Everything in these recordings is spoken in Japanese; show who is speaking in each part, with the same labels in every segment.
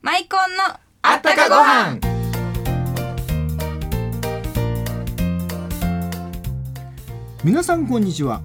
Speaker 1: マイコンの
Speaker 2: あったかご飯
Speaker 3: 皆さんこんにちは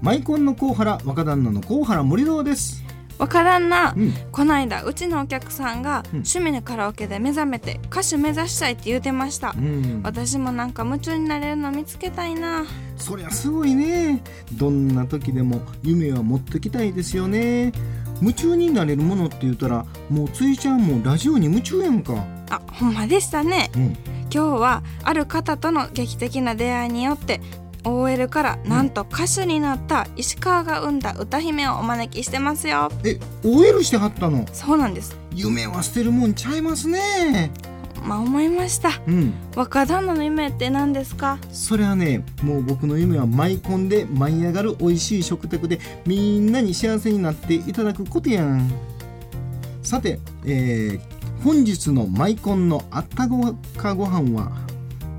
Speaker 3: マイコンの高原若旦那の高原森堂です
Speaker 1: わからんな、
Speaker 3: うん
Speaker 1: こないだうちのお客さんが趣味のカラオケで目覚めて歌手目指したいって言うてました、
Speaker 3: うん
Speaker 1: 私もなんか夢中になれるの見つけたいな
Speaker 3: そりゃすごいねどんな時でも夢は持ってきたいですよね夢中になれるものって言ったらもうついちゃんもラジオに夢中やんか
Speaker 1: あほんまでしたね
Speaker 3: うん
Speaker 1: 今日はある方との劇的な出会いによって OL からなんと歌手になった石川が生んだ歌姫をお招きしてますよ
Speaker 3: え OL してはったの
Speaker 1: そうなんです
Speaker 3: 夢は捨てるもんちゃいますね
Speaker 1: まあ思いました
Speaker 3: うん
Speaker 1: 若旦那の夢って何ですか
Speaker 3: それはねもう僕の夢は舞い込んで舞い上がる美味しい食卓でみんなに幸せになっていただくことやんさて、えー本日の舞い込んのあったごかご飯は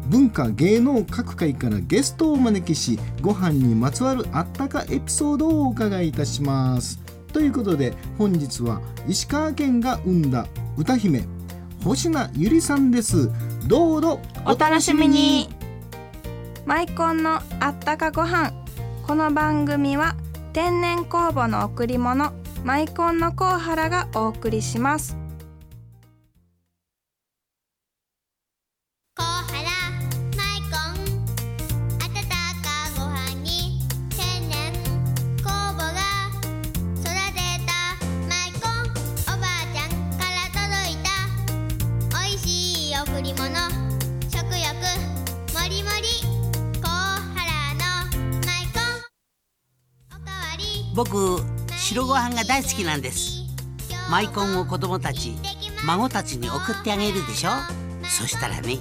Speaker 3: 文化芸能各界からゲストをお招きしご飯にまつわるあったかエピソードをお伺いいたしますということで本日は石川県が生んだ歌姫星名ゆりさんですどうぞ
Speaker 1: お楽しみにマイコンのあったかご飯この番組は天然酵母の贈り物マイコンのコウハラがお送りします
Speaker 4: コハラマイコン温かご飯に天然酵母が育てたマイコンおばあちゃんから届いたおいしい贈り物食欲もりもりコハラのマイコンおかわり
Speaker 2: 僕白ご飯が大好きなんですマイコンを子供たち孫たちに送ってあげるでしょそしたらね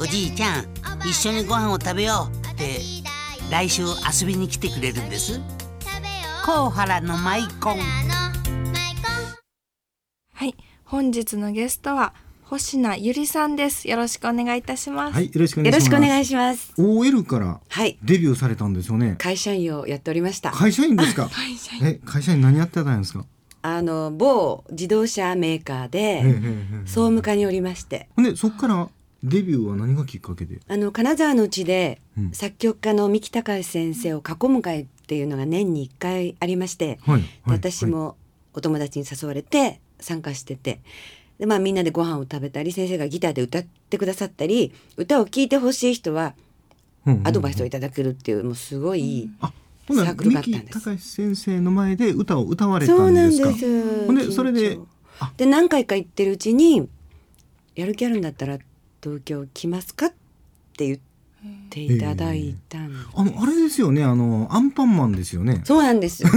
Speaker 2: おじいちゃん一緒にご飯を食べようって来週遊びに来てくれるんです甲原のマイコン
Speaker 1: はい本日のゲストは星名ゆりさんですよろしくお願いいたします、
Speaker 3: はい、よろしくお
Speaker 5: よ
Speaker 3: 願い
Speaker 5: ろ
Speaker 3: し
Speaker 5: し
Speaker 3: ます。
Speaker 5: くお願いします。
Speaker 3: OL から
Speaker 5: はい、
Speaker 3: デビューされたんですよね。
Speaker 5: 会社員をやっておりました。
Speaker 3: 会社員ですか。
Speaker 1: 会社員
Speaker 3: え、会社員何やってたんですか。
Speaker 5: あの某自動車メーカー
Speaker 3: えええ
Speaker 5: で
Speaker 3: え
Speaker 5: 総務課におりまして、
Speaker 3: ほんで、そっからデビューは何がきっかけで。
Speaker 5: あの金沢のうちで
Speaker 3: うん
Speaker 5: 作曲家の三木隆先生を囲む会っていうのが年に一回ありまして、
Speaker 3: はい。はい
Speaker 5: で私。もお友達に誘われて参加してて。でまあ、みんなでご飯を食べたり先生がギターで歌ってくださったり歌を聴いてほしい人は
Speaker 3: はいうんうん
Speaker 5: アドバイスをいただけるっていうもうすごい、
Speaker 3: あ、ほんな
Speaker 5: サ
Speaker 3: ら、
Speaker 5: ークルが
Speaker 3: 三
Speaker 5: あったんで
Speaker 3: 木
Speaker 5: す
Speaker 3: 隆先生の前で歌を歌われた
Speaker 5: そうんな
Speaker 3: で
Speaker 5: ん
Speaker 3: すか。
Speaker 5: です。
Speaker 3: ほんでそれで
Speaker 5: 緊張
Speaker 3: あ
Speaker 5: で何回か行ってるうちにやる気あるんだったら東京来ますかって言っていただいたん、
Speaker 3: あの、あれですよね、あの、アンパンマンですよね。
Speaker 5: そうな んですよ。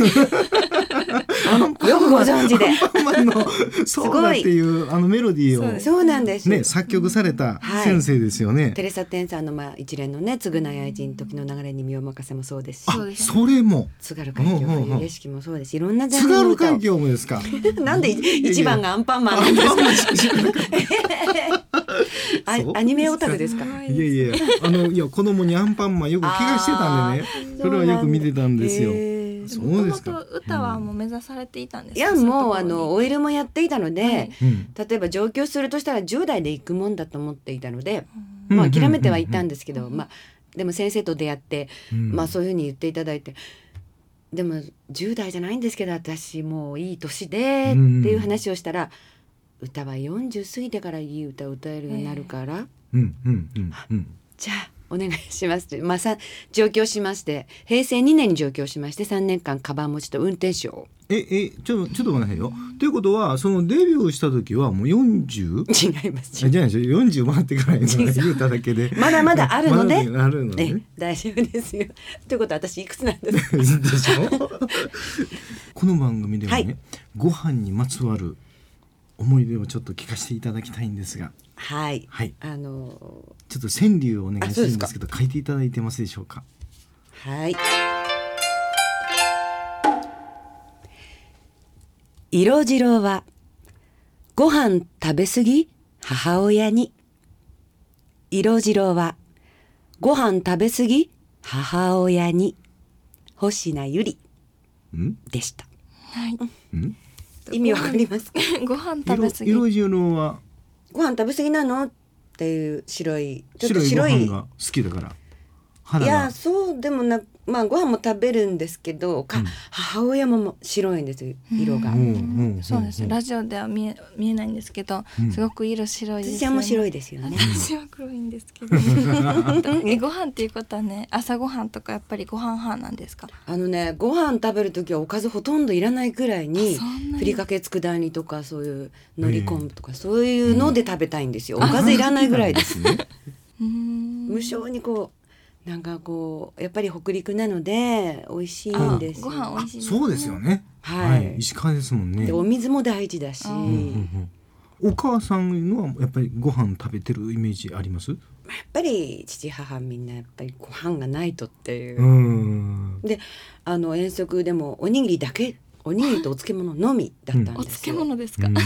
Speaker 5: あの よくご存知で。
Speaker 3: アンパンマンの、そうだっていう、あのメロディ
Speaker 1: そうで
Speaker 3: ーを。
Speaker 5: そうなんです。
Speaker 3: ね、作曲された
Speaker 5: はい
Speaker 3: 先生ですよね
Speaker 5: テ。レサ・テンさんのまあ一連のね「償い愛人時の流れに身を任せ」もそうですし
Speaker 3: あ、それも。
Speaker 5: 「津軽海峡冬景色」もそうですしいろんなジャン
Speaker 3: 津
Speaker 5: ルの
Speaker 3: 軽
Speaker 5: 歌を
Speaker 3: 海峡もですか。
Speaker 5: なんで一番がアンパンマンなんですかあ
Speaker 3: そう
Speaker 5: アニメオタクですか
Speaker 3: いやいや、あの、いや、子供にアンパンマンよく怪我してたんでね。それはよく見てたんですよ。
Speaker 5: へー
Speaker 3: そうで
Speaker 1: も
Speaker 3: すか。
Speaker 1: ともと歌はもう目指されていたんです
Speaker 5: い
Speaker 1: か
Speaker 5: や
Speaker 1: そと
Speaker 5: もう
Speaker 1: こ
Speaker 5: あ
Speaker 1: に
Speaker 5: のオイルもやっていたので、
Speaker 3: うん
Speaker 5: 例えば上京するとしたら10代で行くもんだと思っていたので、
Speaker 3: うん
Speaker 5: まあ、諦めてはいたんですけど、まあ、でも先生と出会って、
Speaker 3: うん
Speaker 5: まあ、そういうふうに言っていただいてでも10代じゃないんですけど私もういい年でっていう話をしたら、歌は40過ぎてからいい歌を歌えるようになるから、
Speaker 3: うんうんうんうん。
Speaker 5: じゃあお願いしますって、まあ、さ上京しまして平成2年に上京しまして3年間カバン持ちと運転手を
Speaker 3: ええちょっとちょっと待ってよ。ということはそのデビューした時はもう四 十？
Speaker 5: 違います
Speaker 3: じゃないでしょ。四十回ってからやから言うただけで。
Speaker 5: まだまだあるので
Speaker 3: まだまだあるの
Speaker 5: ええ
Speaker 3: ね。
Speaker 5: 大丈夫ですよ。ということは私いくつなんですか
Speaker 3: でし ょ。この番組では
Speaker 5: は
Speaker 3: ね、ご飯にまつわる思い出をちょっと聞かせていただきたいんですが、
Speaker 5: はい。
Speaker 3: はい
Speaker 5: あの
Speaker 3: ちょっと川柳をお願い
Speaker 5: あ
Speaker 3: す
Speaker 5: そう
Speaker 3: るん
Speaker 5: です
Speaker 3: で
Speaker 5: か
Speaker 3: すけど書いていただいてますでしょうか。
Speaker 5: はい。色白はご飯食べ過ぎ母親に。色白はご飯食べ過ぎ母親に。星名ゆり
Speaker 3: うん？
Speaker 5: でした。
Speaker 1: はい
Speaker 3: うん？
Speaker 5: 意味わかりますか
Speaker 1: ご飯食べ
Speaker 3: 色
Speaker 1: 過ぎ
Speaker 3: 色白は
Speaker 5: ご飯食べ過ぎなのっていう白いちょっと
Speaker 3: 白いご
Speaker 5: 白い
Speaker 3: 飯が好きだから肌
Speaker 5: い
Speaker 3: が
Speaker 5: やそうでもなまあご飯も食べるんですけどか、
Speaker 3: うん
Speaker 5: 母親もも白いんですよ色が、
Speaker 3: うんうんん
Speaker 1: そうです、
Speaker 3: ん
Speaker 1: ラジオでは見え見えないんですけど、
Speaker 3: うん
Speaker 1: すごく色白いです、ね、
Speaker 5: 私はもう白いですよね
Speaker 1: 私は黒いんです けどえご飯っていうことはね朝ご飯とかやっぱりご飯派なんですか
Speaker 5: あのねご飯食べる時はおかずほとんどいらないくらいに
Speaker 1: あそんなに
Speaker 5: ふりかけ佃煮とかそういうのり昆布とかそういうので食べたいんですよ、おかずいらないぐらいです
Speaker 3: ね
Speaker 1: うーん
Speaker 5: 無性にこうなんかこうやっぱり北陸なので美味しいんですよ
Speaker 1: ご飯美
Speaker 3: あ
Speaker 1: 味しい
Speaker 3: そうですよね
Speaker 5: はい
Speaker 3: 石川ですもんね
Speaker 5: でお水も大事だし、
Speaker 1: うん
Speaker 3: うんうんうんお母さんのはやっぱりご飯食べてるイメージあります
Speaker 5: やっぱり父母みんなやっぱりご飯がないとっていう、
Speaker 3: ん
Speaker 5: であの遠足でもおにぎりだけおにぎりとお漬物のみだったん
Speaker 1: お
Speaker 5: です
Speaker 1: 漬
Speaker 5: よ、
Speaker 1: 物ですか、
Speaker 5: も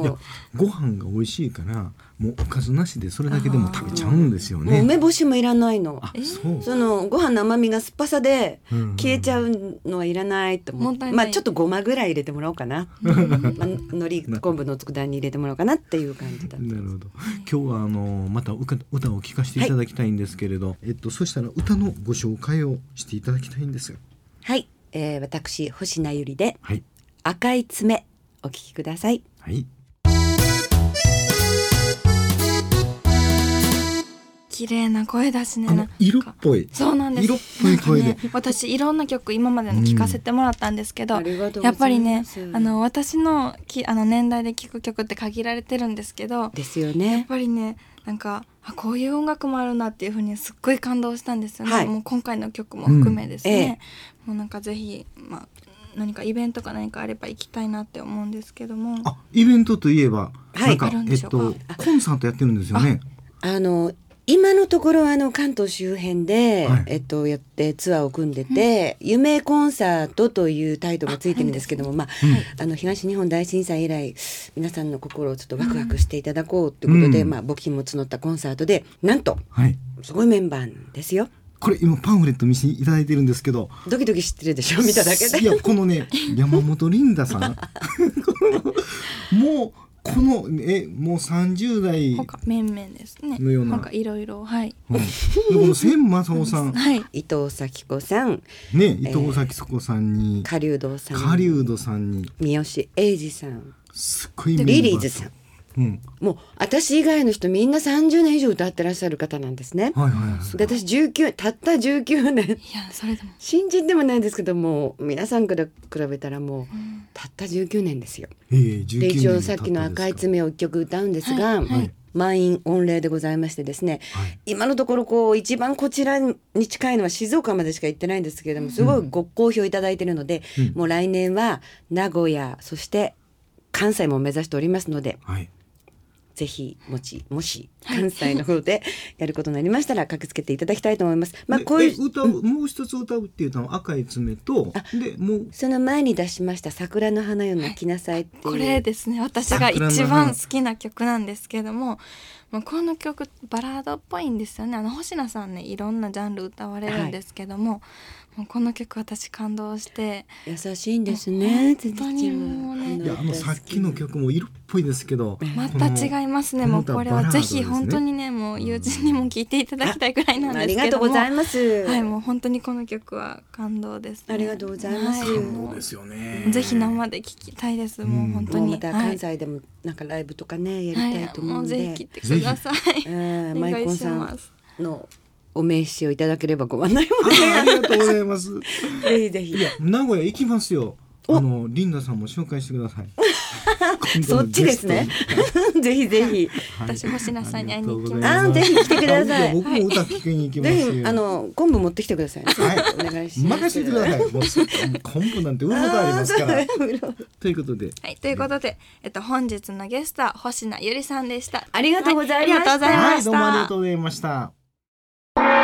Speaker 5: う
Speaker 3: いやご飯が美味しいからもうおかずなしでそれだけでも食べちゃうんですよ
Speaker 5: もう
Speaker 3: ね
Speaker 5: 梅干しもいらないの
Speaker 3: あ
Speaker 1: えー
Speaker 3: そう
Speaker 5: そのご飯の甘みが酸っぱさで
Speaker 3: うん
Speaker 5: 消えちゃうのはいらないと思
Speaker 1: も
Speaker 5: っ、
Speaker 1: ってたいな
Speaker 5: ま
Speaker 1: い
Speaker 5: あちょっとごまぐらい入れてもらおう かな、まあ、のり昆布の佃煮入れてもらおうかなっていう感じだった
Speaker 3: なるほど今日はあのまた歌歌を聴かせていただきたいんですけれど、えっとそしたら歌のご紹介をしていただきたいんですよ
Speaker 5: はい、えー、私星名ゆりで
Speaker 3: はい
Speaker 5: 「赤い爪」お聞きください
Speaker 3: はい
Speaker 1: 綺麗な声だしね
Speaker 3: あの色っぽい
Speaker 1: そうなんです
Speaker 3: 色っぽい声で
Speaker 1: なんかね、私いろんな曲今までの聞かせてもらったんですけど、
Speaker 5: ありがとうございます
Speaker 1: やっぱりねあの私のきあの年代で聴く曲って限られてるんですけどやっ
Speaker 5: ですよね
Speaker 1: ぱりねなんかあこういう音楽もあるなっていうふうにすっごい感動したんですよね、
Speaker 5: はい
Speaker 1: もう今回の曲も含めです
Speaker 5: うんえ
Speaker 1: ね、もうなんかぜひ、まあ、何かイベントか何かあれば行きたいなって思うんですけども
Speaker 3: あイベントといえば、
Speaker 5: はい
Speaker 3: なんか
Speaker 1: あるん
Speaker 3: え
Speaker 1: で
Speaker 3: っ
Speaker 1: しょうか
Speaker 3: とコンサートやってるんですよね
Speaker 5: あの今のところあの関東周辺で、
Speaker 3: はい
Speaker 5: えっと、やってツアーを組んでて「夢コンサート」というタイトルがついてるんですけども、まああの東日本大震災以来皆さんの心をちょっとワクワクしていただこうということで、
Speaker 3: うん
Speaker 5: まあ、募金も募ったコンサートでなんと
Speaker 3: はい
Speaker 5: すごいメンバーなんですよ。
Speaker 3: これ今パンフレット見せていただいてるんですけど
Speaker 5: ドキドキしてるでし ょ見ただけ
Speaker 3: い
Speaker 5: で。
Speaker 3: やこのね山本リンダさん このもうこのえもう30代、
Speaker 1: 他面々ですね
Speaker 3: のような
Speaker 1: なんかいろいろはい、
Speaker 3: うんでこの千正夫さんね
Speaker 1: はい、
Speaker 5: 伊藤咲子さん
Speaker 3: 伊藤咲子さんに
Speaker 5: 狩人さん
Speaker 3: 狩人さんに
Speaker 5: 三好英二さん
Speaker 3: すっごいメンバ
Speaker 5: リリーズさん。
Speaker 3: うん
Speaker 5: もう私以外の人みんな30年以上歌ってらっしゃる方なんですね。
Speaker 3: はいはいはい
Speaker 5: で私19たった19年
Speaker 1: いやそれでも
Speaker 5: 新人でもないんですけどもう皆さんから比べたらもうたった19年ですよ。
Speaker 3: ええ19
Speaker 5: で
Speaker 3: 年
Speaker 5: 一応
Speaker 3: も経
Speaker 5: さ
Speaker 3: た
Speaker 5: っきの「赤い
Speaker 3: んです
Speaker 5: 爪」を一曲歌うんですが、
Speaker 1: はい
Speaker 3: はい
Speaker 5: 満員御礼でございましてですね
Speaker 3: かはい
Speaker 5: 今のところこう一番こちらに近いのは静岡までしか行ってないんですけれどもすごいご好評いただいてるので、
Speaker 3: うん
Speaker 5: もう来年は名古屋そして関西も目指しておりますので
Speaker 3: はい
Speaker 5: ぜひもしもし関西の方でやることになりましたら駆けつけていただきたいと思います。まあ
Speaker 3: で
Speaker 5: こういう
Speaker 3: え歌うもう一つ歌うっていうのは赤い爪とでもう
Speaker 5: その前に出しました「桜の花よ泣きなさい」っていう、
Speaker 1: これですね私が一番好きな曲なんですけどももうこの曲バラードっぽいんですよねあの星名さんねいろんなジャンル歌われるんですけども,、もうこの曲私感動して
Speaker 5: 優しいんですね
Speaker 1: 本当にもうね
Speaker 3: いやあのさっきの曲も色っぽいですけど
Speaker 1: また違いますねもう
Speaker 3: この
Speaker 1: これ
Speaker 3: バラー
Speaker 1: は
Speaker 3: ド
Speaker 1: ぜ
Speaker 3: ですね
Speaker 1: ひ本当にねもう友人にも聴いていただきたいぐらいなん
Speaker 5: あ
Speaker 1: で
Speaker 5: り
Speaker 1: す
Speaker 5: が
Speaker 1: け
Speaker 5: と
Speaker 1: ども
Speaker 5: うございます。
Speaker 1: はいもう本当にこの曲は感動です、ね、
Speaker 5: ありがとうございます
Speaker 1: は
Speaker 5: 感
Speaker 1: もう
Speaker 3: よね
Speaker 1: ぜひ生で聴きたいですもう本当
Speaker 5: もう
Speaker 1: に
Speaker 5: また関西でもなんかライブとかねやり
Speaker 1: はい
Speaker 5: たいと思うんで、
Speaker 1: はい、もうぜひ来てください。
Speaker 5: うん
Speaker 1: お
Speaker 5: マイ
Speaker 1: 願
Speaker 5: コ
Speaker 1: い
Speaker 5: ン
Speaker 1: し
Speaker 5: さん
Speaker 1: ます。
Speaker 5: のお名刺をいただければご案内もね
Speaker 3: あありがとうございます。
Speaker 5: ぜひぜひ
Speaker 3: いや名古屋行きますよ。
Speaker 5: お
Speaker 3: あのリンダさんも紹介してくだ さい。今度
Speaker 5: そ
Speaker 3: の
Speaker 5: っちですね
Speaker 3: ゲス
Speaker 5: ぜひぜひ
Speaker 3: トに。
Speaker 1: 私星名さんに会いに行き
Speaker 3: は
Speaker 1: ま
Speaker 5: あ
Speaker 3: あ
Speaker 5: ー
Speaker 3: りがとうござい
Speaker 5: ぜひ来てくだ
Speaker 3: あ
Speaker 5: さ
Speaker 3: じゃあ
Speaker 5: い
Speaker 3: 僕も歌聞きに行きま
Speaker 5: ぜ
Speaker 3: すよ。
Speaker 5: ひあの昆布持ってきてください、
Speaker 3: はい
Speaker 5: お願いします
Speaker 3: 任せてください。もうそ昆布なんて売ることあります から。ということで。
Speaker 1: はい、ということで、えっと本日のゲストは星名ゆりさんでした。
Speaker 5: ありがとうございま
Speaker 1: はありが
Speaker 5: した
Speaker 1: とうござい
Speaker 3: は
Speaker 1: ま
Speaker 3: い
Speaker 1: し
Speaker 3: ど
Speaker 1: た。
Speaker 3: うもありがとうございました。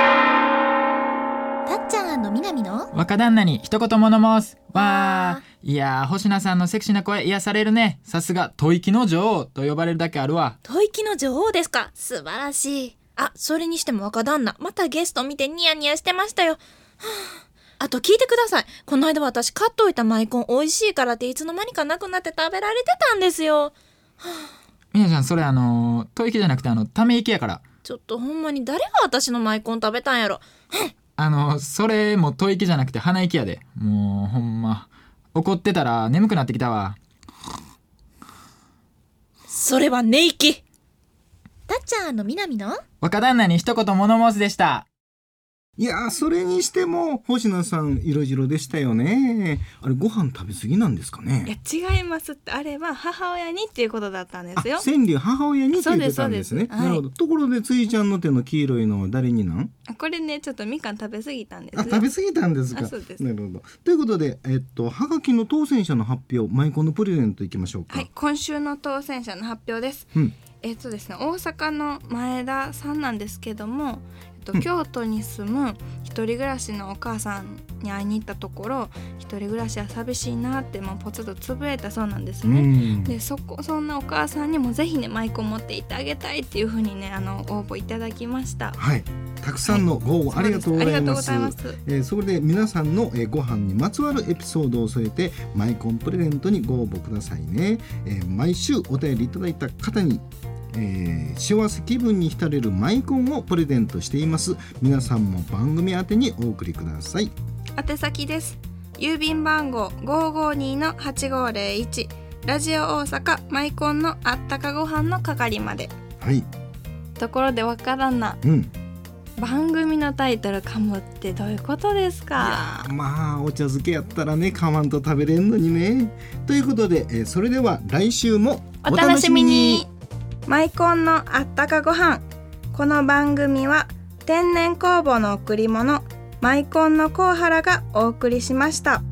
Speaker 6: たっちゃん南の
Speaker 7: 若旦那に一言物申すわ
Speaker 6: わ
Speaker 7: あいやー星名さんのセクシーな声癒されるねさすが吐息の女王と呼ばれるだけあるわ
Speaker 6: 吐息の女王ですか素晴らしいあそれにしても若旦那またゲスト見てニヤニヤしてましたよはああと聞いてください。この間私買っといたマイコン美味しいからっていつの間にかなくなって食べられてたんですよ。
Speaker 7: みなちゃんそれあの吐息じゃなくてあのため息やから
Speaker 6: ちょっとほんまに誰が私のマイコン食べたんやろ。
Speaker 7: あのそれも吐息じゃなくて鼻息やでもうほんま怒ってたら眠くなってきたわ
Speaker 6: それは寝息。たっちゃんのみなみの
Speaker 7: 若旦那に一言物申すでした
Speaker 3: いやーそれにしても星名さん色白でしたよねあれご飯食べ過ぎなんですか
Speaker 1: い
Speaker 3: ね
Speaker 1: や違いますってあれは母親にっていうことだったんですよ
Speaker 3: あ川柳母親にって言ってたんですね
Speaker 1: そうですそうです
Speaker 3: なるほど、ところでついちゃんの手の黄色いのは誰になん
Speaker 1: これねちょっとみかん食べ過ぎたんです
Speaker 3: あ食べ過ぎたんですか
Speaker 1: あそうです
Speaker 3: なるほどということでえっとはがきの当選者の発表マイコンのプレゼントいきましょうか
Speaker 1: はい今週の当選者の発表です
Speaker 3: うん
Speaker 1: えっとですね大阪の前田さんなんですけども、えっと、京都に住む一人暮らしのお母さんに会いに行ったところ一人暮らしは寂しいなってもうポツッとつぶれたそうなんです
Speaker 3: う
Speaker 1: ね。
Speaker 3: ん
Speaker 1: でそこそんなお母さんにもぜひねマイクを持っていってあげたいっていう風にねあの応募いただきました。
Speaker 3: はいたくさんのご応募ありがとうございます,、
Speaker 1: ありがとうございます
Speaker 3: えーそれで皆さんの、えーご飯にまつわるエピソードを添えてマイコンプレゼントにご応募くださいね、えー毎週お便りいただいた方に、えー幸せ気分に浸れるマイコンをプレゼントしています皆さんも番組宛てにお送りください
Speaker 1: 宛先です郵便番号552-8501ラジオ大阪マイコンのあったかご飯の係まで
Speaker 3: はい
Speaker 1: ところでわからんな
Speaker 3: うん
Speaker 1: 番組のタイトルかもってどういうことですか
Speaker 3: まあお茶漬けやったらねかまんと食べれんのにねということで、えーそれでは来週も
Speaker 1: お楽しみにマイコンのあったかご飯この番組は天然酵母の贈り物マイコンのコウハラがお送りしました。